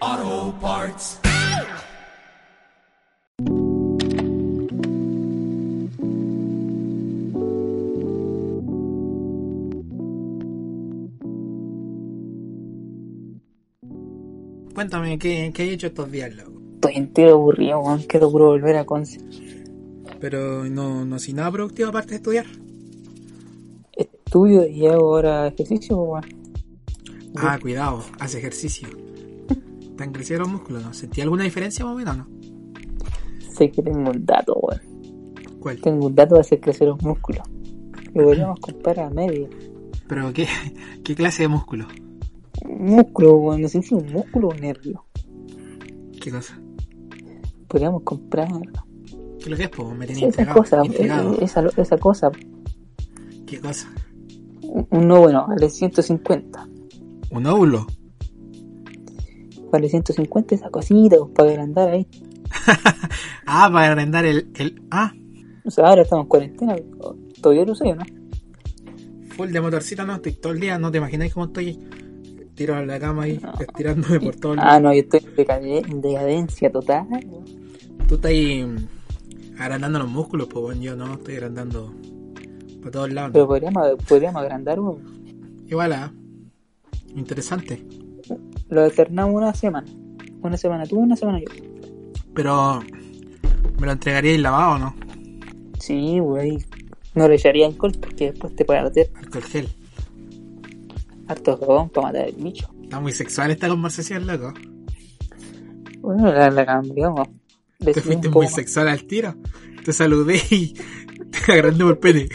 Auto Parts. Cuéntame, ¿qué, qué he hecho estos días, loco? Estoy entero aburrido, weón. Quiero puro volver a Conce. Pero no, no sin nada productivo aparte de estudiar. Estudio y hago ahora ejercicio, weón. Ah, cuidado, hace ejercicio. ¿Te han crecido los músculos, no? ¿Sentí alguna diferencia más o menos, no? Sé que tengo un dato, weón. ¿Cuál? Tengo un dato de hacer crecer los músculos. Lo podríamos comprar a media. ¿Pero qué, qué clase de músculo? Músculo, weón. No sé si un músculo o un nervio. ¿Qué cosa? Podríamos comprar ¿Qué es lo que es, po? Me tenía esa entregado, cosa, entregado. eh, esa, esa cosa. ¿Qué cosa? No, bueno, vale 150. ¿Un óvulo? Vale 150 esa cosita, pues, para agrandar ahí. Ah, para agrandar el, el... Ah, O sea, ahora estamos en cuarentena. Todavía lo sé, ¿no? full de motorcita, no, estoy todo el día, no te imagináis cómo estoy tiro a la cama ahí, estirándome por todo el Ah, no, yo estoy en decade- en decadencia total. weón. Tú estás ahí mm, agrandando los músculos, pues bueno, yo no, estoy agrandando para todos lados. Pero pues, ¿no? podríamos, podríamos agrandar un, Igual, ah, interesante. lo alternamos una semana. Una semana tú, una semana yo. Pero me lo entregaría el lavado, ¿no? Sí, güey. No le echaría alcohol porque después te puede arder Alcohol gel. harto jabón para matar el bicho. Está muy sexual esta conversación, loco. Bueno, la, la cambiamos. Le Te fuiste subimos Pues un poco muy sexual al tiro. Te saludé y te agrandé por el pene.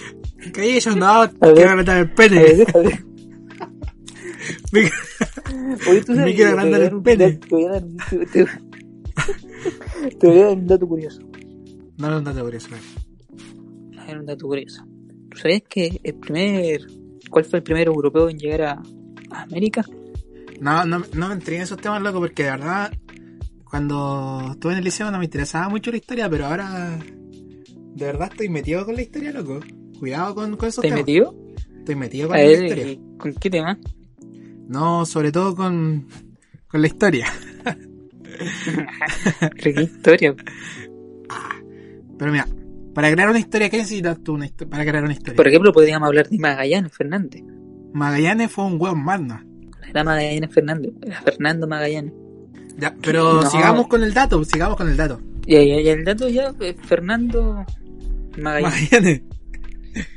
Caí yo, no, te ver. quiero agrandar el más. A ver, pene. déjate. Oye, tú Me sabes quiero que te voy agrandar a el dar un- pene. Te voy a dar, te- te- te voy a dar un dato curioso. No, no, no te voy a sumar. A ver, un dato curioso. ¿Tú sabías que el primer... ¿Cuál fue el primer europeo en llegar a, a América? No, no, no me entré en esos temas, loco, porque de verdad, cuando estuve en el liceo no me interesaba mucho la historia, pero ahora de verdad estoy metido con la historia, loco. Cuidado con, con esos ¿Te has temas. metido? Estoy metido A con la ver, historia. eh, ¿con qué tema? No, sobre todo con, con la historia. ¿Pero qué historia? Pero mira, para crear una historia, ¿qué necesitas tú una histo- para crear una historia? Por ejemplo, podríamos hablar de Magallanes Fernández. Magallanes fue un hueón magno. Era Magallanes Fernández. Era Fernando Magallanes. Ya, pero No. sigamos con el dato, sigamos con el dato. Y, y- y el dato ya, eh, Fernando Magallanes Magallanes.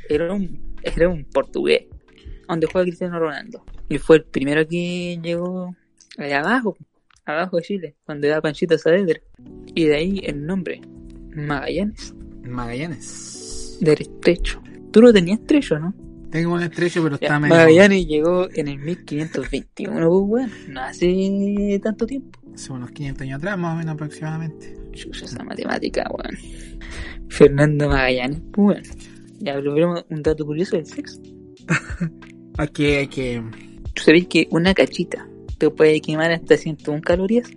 era un, era un portugués. Donde juega Cristiano Ronaldo. Y fue el primero que llegó allá abajo. Abajo de Chile. Donde da Panchita Saavedra. Y de ahí el nombre. Magallanes. Magallanes. Del estrecho. Tú no tenías estrecho, ¿no? Tengo un estrello, pero Ya, está medio. Magallanes llegó en el 1521, pues, weón. No hace tanto tiempo. Hace unos 500 años atrás, más o menos aproximadamente. Chucha, esa matemática, weón. Fernando Magallanes, weón. Ya, pero veremos un dato curioso del sexo. Aquí hay que. ¿Tú sabes que una cachita te puede quemar hasta 101 calorías?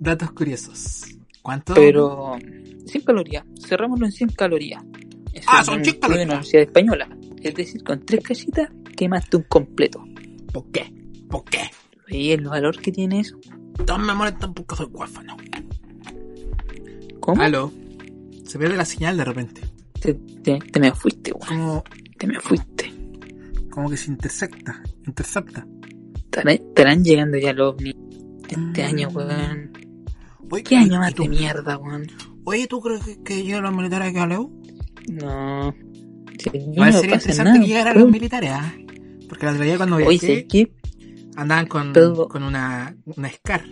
Datos curiosos. ¿Cuánto? Pero... 100 calorías. Cerrámoslo en 100 calorías. Eso Ah, es son un 100 estudio calorías. de la Universidad Española. Es decir, con tres cachitas quemaste un completo. ¿Por qué? ¿Por qué? ¿Y el valor que tiene eso? Todos me molestan porque soy huérfano. ¿Cómo? Aló. Se pierde la señal de repente. Te, te- te me fuiste, weón. Como, Te me fuiste. como que se intersecta. Intercepta. Estarán, estarán llegando ya los ovnis este Mm. año, weón. Oye, ¿Qué ¿y- año y más tú- de mierda, weón? Oye, ¿tú crees que, que llegan los militares aquí a la U? No. Si aquí Igual no sería pasa interesante nada, que llegaran weón. los militares, ¿ah? Porque la otra día cuando Oye, viajé, ¿sabes qué? andaban con, Pero- con una, una SCAR.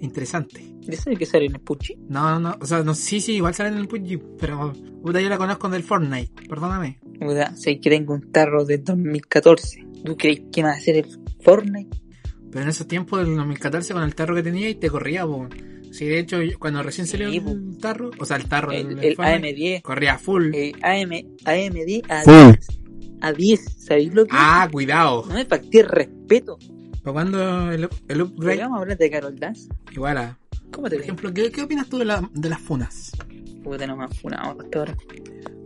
Interesante. ¿Ya sabes que sale en el Puchi? No, no, no. O sea, no, sí, sí, igual salen en el PUBG, pero puta, yo la conozco del Fortnite, perdóname. Puta, Sé que tengo un tarro de 2014. ¿Tú crees que me va a hacer el Fortnite? Pero en esos tiempos, del 2014, con el tarro que tenía y te corría, po. Sí, de hecho, yo- cuando recién salió Sí, el tarro, o sea, el tarro El, del el Fortnite, AM10. corría full. eh, AM, AM10 a Full. 10. A 10. ¿Sabéis lo que? Ah, cuidado. No me falté el respeto. ¿Para cuándo el, up- el upgrade? Vamos a hablar de Carol Dance. Igual a. ¿Cómo te Por ves? ejemplo, ¿qué, qué opinas tú de, la- de las funas? Pues Puta, no me han funado hasta ahora.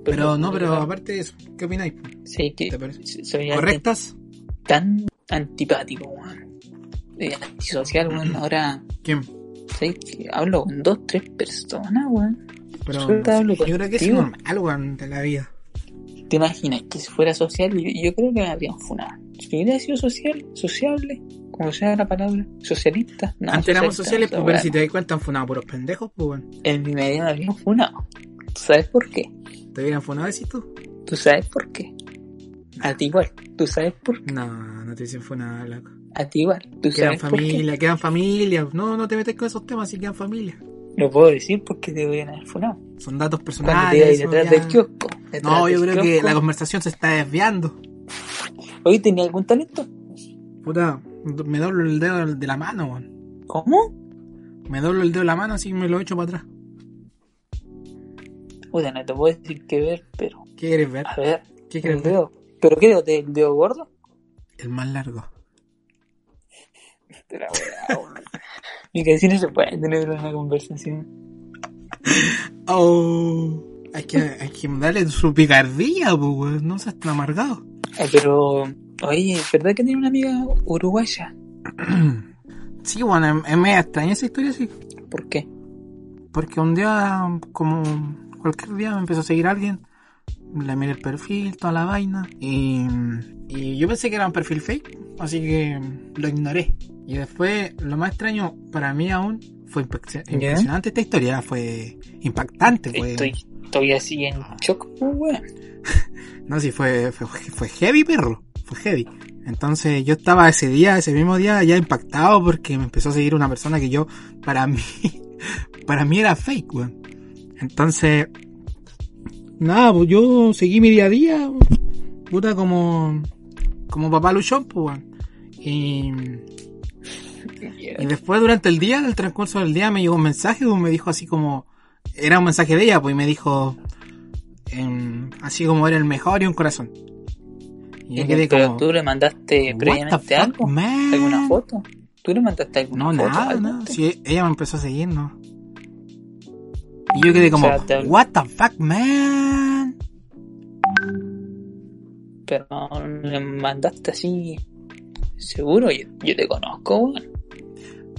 Pero no, pero aparte de eso, ¿qué opináis? Sí, que ¿Te parece? se- se veía ¿Correctas? tan antipático, weón. Eh, Antisocial, weón. Ahora, ¿Quién? ¿sabes qué? Hablo con dos, tres personas, weón. Pero Suelta, hablo yo creo que es contigo. normal, weón, de la vida. ¿Te imaginas que si fuera social? Yo, yo creo que me habrían funado. Si hubiera sido social, sociable, como sea la palabra, socialista. No, Antes éramos socialista, sociales, no, pues, pero weón. si te das cuenta, han funado puros pendejos, pues, weón. En mi medida me habrían funado. ¿Tú sabes por qué? ¿Te hubieran funado, decís tú? ¿Tú sabes por qué? A ti igual. ¿Tú sabes por No, no te hubiesen funado, loco. A ti igual. ¿Tú Quedan sabes por qué? familia, quedan familia. No, no te metes con esos temas, sí quedan familia. Lo puedo decir porque te hubieran haber funado. Son datos Cuando personales. te ibas eso detrás ya- del kiosco. detrás No, yo del creo que kiosco. la conversación se está desviando. Oye, ¿tenía algún talento? Puta, me doblo el dedo de la mano, weón. ¿Cómo? Me doblo el dedo de la mano, así que me lo echo para atrás. Puta, no te puedo decir qué ver, pero. ¿Qué quieres ver? A ver, ¿Qué el quieres ver? dedo. ¿Pero qué dedo? ¿Te- ¿El dedo gordo? El más largo. Te la voy a- Ni que así no se puede tener una conversación. Oh, hay que, hay que darle su picardía, pues, weón. No seas tan amargado. Eh, pero, oye, ¿verdad que tiene una amiga uruguaya? Sí, bueno, em- es media extraña esa historia, sí. ¿Por qué? Porque un día, como cualquier día, me empezó a seguir alguien. Le miré el perfil, toda la vaina. Y, y yo pensé que era un perfil fake, así que lo ignoré. Y después, lo más extraño para mí aún fue impacta- Ya. impresionante esta historia. Fue impactante, fue. Estoy, estoy así en Ah. shock, pues, weón. No, sí, fue, fue, fue heavy, perro. Fue heavy. Entonces yo estaba ese día, ese mismo día, ya impactado porque me empezó a seguir una persona que yo, para mí, para mí era fake, weón. Entonces, nada, pues yo seguí mi día a día, puta, como, como papá luchón, pues, weón. Y, y después durante el día, en el transcurso del día, me llegó un mensaje, pues, me dijo así como, era un mensaje de ella, pues, y me dijo, em, así como era el mejor y un corazón. Y yo quedé pero como, tú le mandaste "What previamente the fuck, este algo, man?" alguna foto. ¿Tú le mandaste alguna No, foto? nada, algo? nada. Sí, ella me empezó a seguir, ¿no? Y yo quedé como, O sea, te- what the fuck, man. Pero no le mandaste así. Seguro, yo, yo te conozco, weón.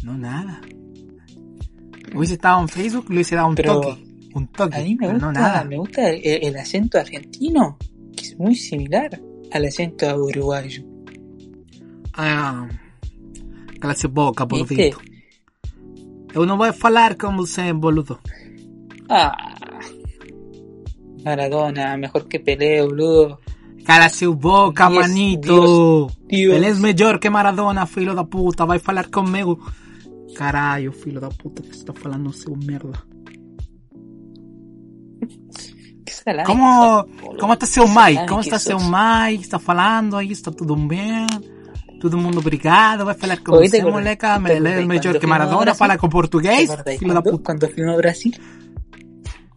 No, nada. Hubiese estado en Facebook, le hubiese dado un Pero- toque. Un toque. A mí me pero gusta, no, nada. me gusta el, el acento argentino, que es muy similar al acento uruguayo. Ah, clase boca, por ¿Viste? visto. Eu não vou falar como você, boludo. Ah. Maradona, mejor que peleo, boludo. Cala seu boca, Dios, manito. Dios. Pelé é melhor que Maradona, filho da puta. Vai falar comigo. Caralho, filho da puta, que você tá falando, seu merda. Qué salada Como, que son, boludo. como está seu Mike? Sabe Como que está seu sos. Mike? Está falando aí? Está tudo bem? Todo mundo obrigado, vai falar com Oye, você, te acordás- moleca. te Pelé é acordás melhor cuando que fuimos a Maradona, Brasil? fala com ¿Te portugués, acordás filho da cuando- puta. Cuando fuimos a Brasil,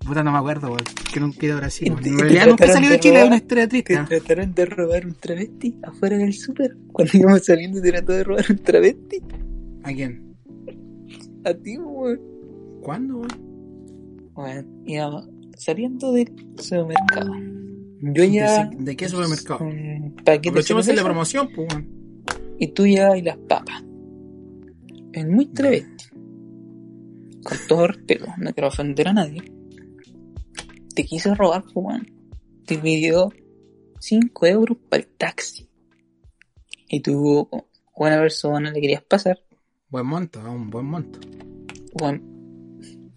Puta, no me acuerdo, güey. Que nunca he ido a Brasil. Y güey. te- En te realidad nunca he trataron salido de de Chile, es robar. una historia triste. te trataron de robar un travesti afuera del súper. Cuando íbamos saliendo, te trató de robar un travesti. ¿A quién? A ti, weón. ¿Cuándo, güey? Bueno, íbamos saliendo del supermercado. Yo ¿De ya. se- de qué supermercado? Un paquete de Aprovechemos en la cerveza promoción, pues, güey. y tú llevabas las papas. Es muy travesti. Con todo respeto, no quiero ofender a nadie. Te quiso robar, pues, weón. Te pidió 5 euros para el taxi. Y tú, como buena persona, le querías pasar. Buen monto, ah, un buen monto. Bueno,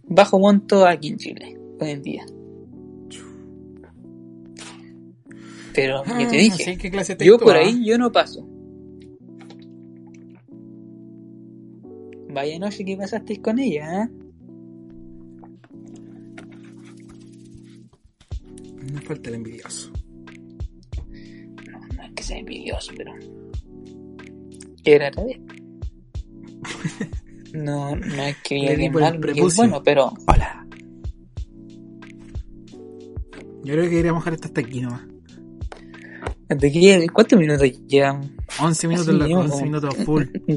bajo monto aquí en Chile, hoy en día. Pero yo te dije, Ah, ¿qué clase de yo texto por va? ahí yo no paso. Vaya noche que pasasteis con ella, ¿eh? No falta el envidioso. No, no es que sea envidioso, pero. Era travesti. No, no es que Le di alguien por el mal, porque es prepucio. bueno, pero. Hola. Yo creo que deberíamos dejar esto hasta aquí nomás. ¿De qué- ¿Cuántos minutos llevamos? 11 minutos, Así la- mismo. 11 minutos full.